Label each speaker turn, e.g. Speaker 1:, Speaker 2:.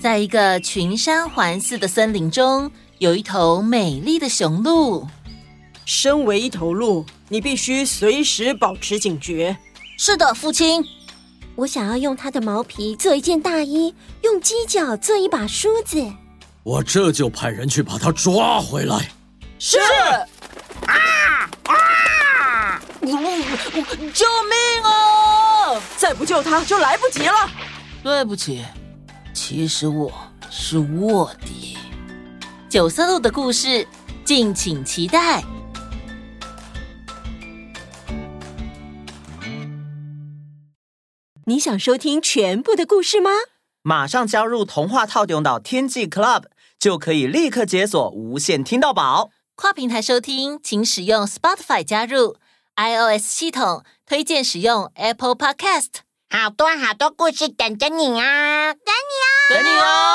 Speaker 1: 在一个群山环伺的森林中，有一头美丽的雄鹿。
Speaker 2: 身为一头鹿，你必须随时保持警觉。
Speaker 1: 是的，父亲。
Speaker 3: 我想要用它的毛皮做一件大衣，用犄角做一把梳子。
Speaker 4: 我这就派人去把它抓回来。
Speaker 2: 是。
Speaker 1: 救命啊！
Speaker 2: 再不救它就来不及了。
Speaker 5: 对不起，其实我是卧底。
Speaker 1: 九色鹿的故事，敬请期待。
Speaker 3: 你想收听全部的故事吗？
Speaker 6: 马上加入童话套用岛天际 Club，就可以立刻解锁无限听到宝。
Speaker 1: 跨平台收听，请使用 Spotify 加入 iOS 系统，推荐使用 Apple Podcast。
Speaker 7: 好多好多故事等着你啊！
Speaker 6: 等你哦。
Speaker 1: 哎